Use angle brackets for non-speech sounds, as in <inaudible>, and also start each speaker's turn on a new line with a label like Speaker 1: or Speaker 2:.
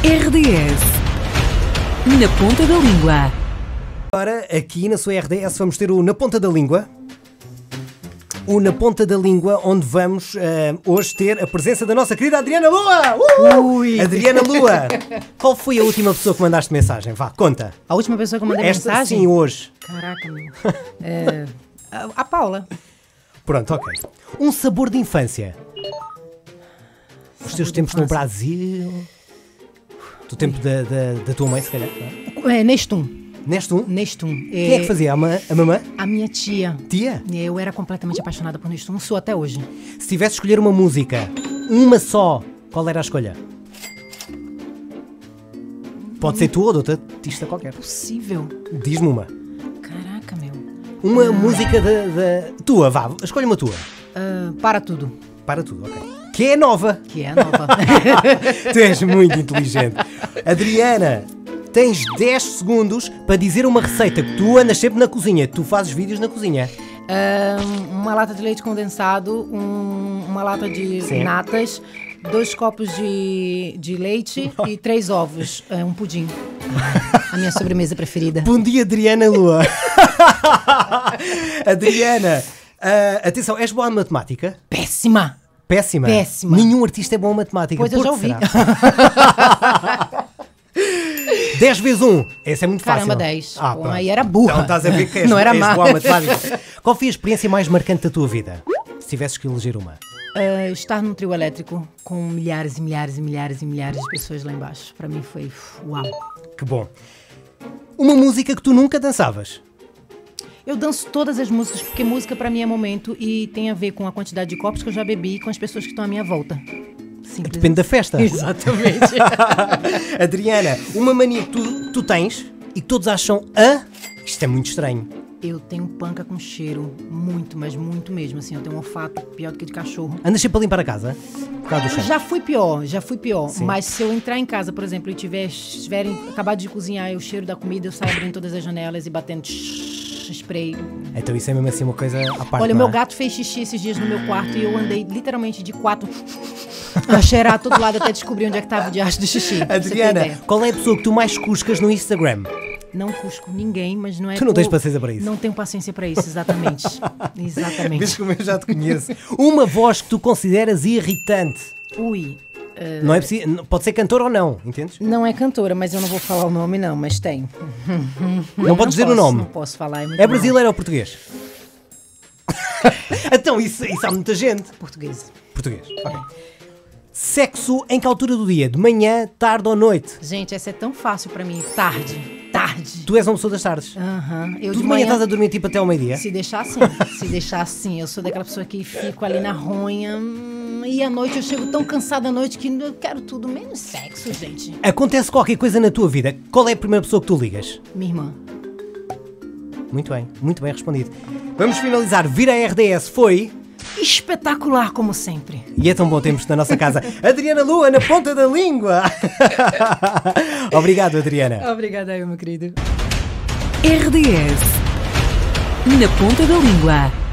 Speaker 1: RDS. Na ponta da língua.
Speaker 2: Agora, aqui na sua RDS, vamos ter o Na Ponta da Língua. O Na Ponta da Língua, onde vamos eh, hoje ter a presença da nossa querida Adriana Lua! Uhul!
Speaker 3: Ui.
Speaker 2: Adriana
Speaker 3: <laughs>
Speaker 2: Lua! Qual foi a última pessoa que mandaste mensagem? Vá, conta!
Speaker 3: A última pessoa que eu mandei
Speaker 2: Esta
Speaker 3: mensagem?
Speaker 2: sim, hoje.
Speaker 3: Caraca, <laughs> meu. É, a, a Paula.
Speaker 2: Pronto, ok. Um sabor de infância. Os teus
Speaker 3: de
Speaker 2: tempos no
Speaker 3: infância.
Speaker 2: Brasil. Do tempo da, da- da tua mãe, se calhar. não é?
Speaker 3: É, Nestum.
Speaker 2: Neste um?
Speaker 3: Nestum.
Speaker 2: Quem é que fazia? A, ma- a mamã?
Speaker 3: A minha tia.
Speaker 2: Tia?
Speaker 3: Eu era completamente apaixonada por Nestum, sou até hoje.
Speaker 2: Se tivesse de escolher uma música, uma só, qual era a escolha? Pode ser tua ou de outra artista qualquer.
Speaker 3: Possível.
Speaker 2: Diz-me uma.
Speaker 3: Caraca, meu.
Speaker 2: Uma música da, da- Tua, vá, escolhe uma tua.
Speaker 3: Ah, para tudo.
Speaker 2: Para tudo, ok. Que é nova. <laughs>
Speaker 3: Que é a nova. <laughs>
Speaker 2: tu és muito inteligente. Adriana, tens 10 segundos para dizer uma receita que tu andas sempre na cozinha. Tu fazes vídeos na cozinha.
Speaker 3: Ah, uma lata de leite condensado, um- uma lata de
Speaker 2: Sim.
Speaker 3: natas, dois copos de, de leite e três ovos. É, um pudim. a minha sobremesa preferida.
Speaker 2: Bom dia, Adriana Lua. <laughs> Adriana, ah, atenção, és boa em matemática?
Speaker 3: Péssima!
Speaker 2: Péssima.
Speaker 3: Péssima.
Speaker 2: Nenhum artista é bom em matemática.
Speaker 3: Pois eu já ouvi. <laughs>
Speaker 2: 10 vezes 1. Esse é muito fácil.
Speaker 3: Caramba, 10. Pô,
Speaker 2: pronto.
Speaker 3: aí era burra.
Speaker 2: Então estás a ver que és,
Speaker 3: Não era
Speaker 2: és
Speaker 3: má.
Speaker 2: boa em matemática. Qual foi a experiência mais marcante da tua vida? Se tivesses que eleger uma.
Speaker 3: Ah, estar num trio elétrico com milhares e milhares e milhares e milhares de pessoas lá embaixo, pra mim foi uf, uau.
Speaker 2: Que bom. Uma música que tu nunca dançavas.
Speaker 3: Eu danço todas as músicas porque música pra mim é momento e tem a ver com a quantidade de copos que eu já bebi e com as pessoas que estão à minha volta. Simples.
Speaker 2: Depende da
Speaker 3: <laughs>
Speaker 2: festa.
Speaker 3: Exatamente.
Speaker 2: <laughs> Adriana, uma mania que tu, tu tens e que todos acham a. Isto é muito estranho.
Speaker 3: eu tenho panca com cheiro, muito, mas muito mesmo. Assim, eu tenho um olfato pior do que de cachorro.
Speaker 2: Andas sempre a limpar a casa? Por causa do
Speaker 3: Eu
Speaker 2: cheiro.
Speaker 3: Ah, Já fui pior, já fui pior. Mas se eu entrar em casa, por exemplo, e tiver, tiverem acabado de cozinhar e o cheiro da comida, eu saio abrindo todas as janelas e batendo tsh, spray.
Speaker 2: Então isso é mesmo assim uma coisa à parte.
Speaker 3: Olha, o
Speaker 2: não
Speaker 3: meu
Speaker 2: é?
Speaker 3: gato fez xixi esses dias no meu quarto e eu andei literalmente de quatro <laughs> a cheirar a todo lado até descobrir onde é que tava o diacho do xixi. pra você ter
Speaker 2: <laughs> Adriana,
Speaker 3: ideia.
Speaker 2: qual é a pessoa que tu mais cuscas no Instagram?
Speaker 3: Não cusco ninguém, mas não é.
Speaker 2: Tu não tens
Speaker 3: por-
Speaker 2: paciência pra isso.
Speaker 3: Não tenho paciência pra isso, exatamente.
Speaker 2: <laughs>
Speaker 3: exatamente.
Speaker 2: Vês como eu já te conheço. <laughs> Uma voz que tu consideras irritante.
Speaker 3: Ui. eh,
Speaker 2: Não é possi- não- Pode ser cantor ou não, entendes?
Speaker 3: Não é cantora, mas eu não vou falar o nome, não, mas tem.
Speaker 2: Não podes dizer o
Speaker 3: posso,
Speaker 2: nome.
Speaker 3: Não posso falar. muito
Speaker 2: É
Speaker 3: mal.
Speaker 2: brasileiro ou português? <laughs> então, isso, isso há muita gente.
Speaker 3: Português.
Speaker 2: Português. Ok. Sexo em que altura do dia? De manhã, tarde ou noite?
Speaker 3: Gente, essa é tão fácil pra mim. Tarde. Tarde.
Speaker 2: Tu és uma pessoa das tardes.
Speaker 3: Aham. Eu
Speaker 2: tu
Speaker 3: de
Speaker 2: de manhã
Speaker 3: manhã.
Speaker 2: estás a dormir tipo até ao meio-dia?
Speaker 3: Se deixar assim. se deixar assim. Eu sou daquela pessoa que fico ali na ronha. hum, E à noite eu chego tão cansada à noite que eu quero tudo menos sexo, gente.
Speaker 2: Acontece qualquer coisa na tua vida. Qual é a primeira pessoa que tu ligas?
Speaker 3: Minha irmã.
Speaker 2: Muito bem, muito bem respondido. Vamos finalizar. Vir a RDS foi.
Speaker 3: Espetacular, como sempre.
Speaker 2: E é tão bom termos na nossa casa Adriana Lua na ponta da língua. <laughs> Obrigado, Adriana.
Speaker 3: Obrigada, eu, meu querido.
Speaker 1: RDS. Na ponta da língua.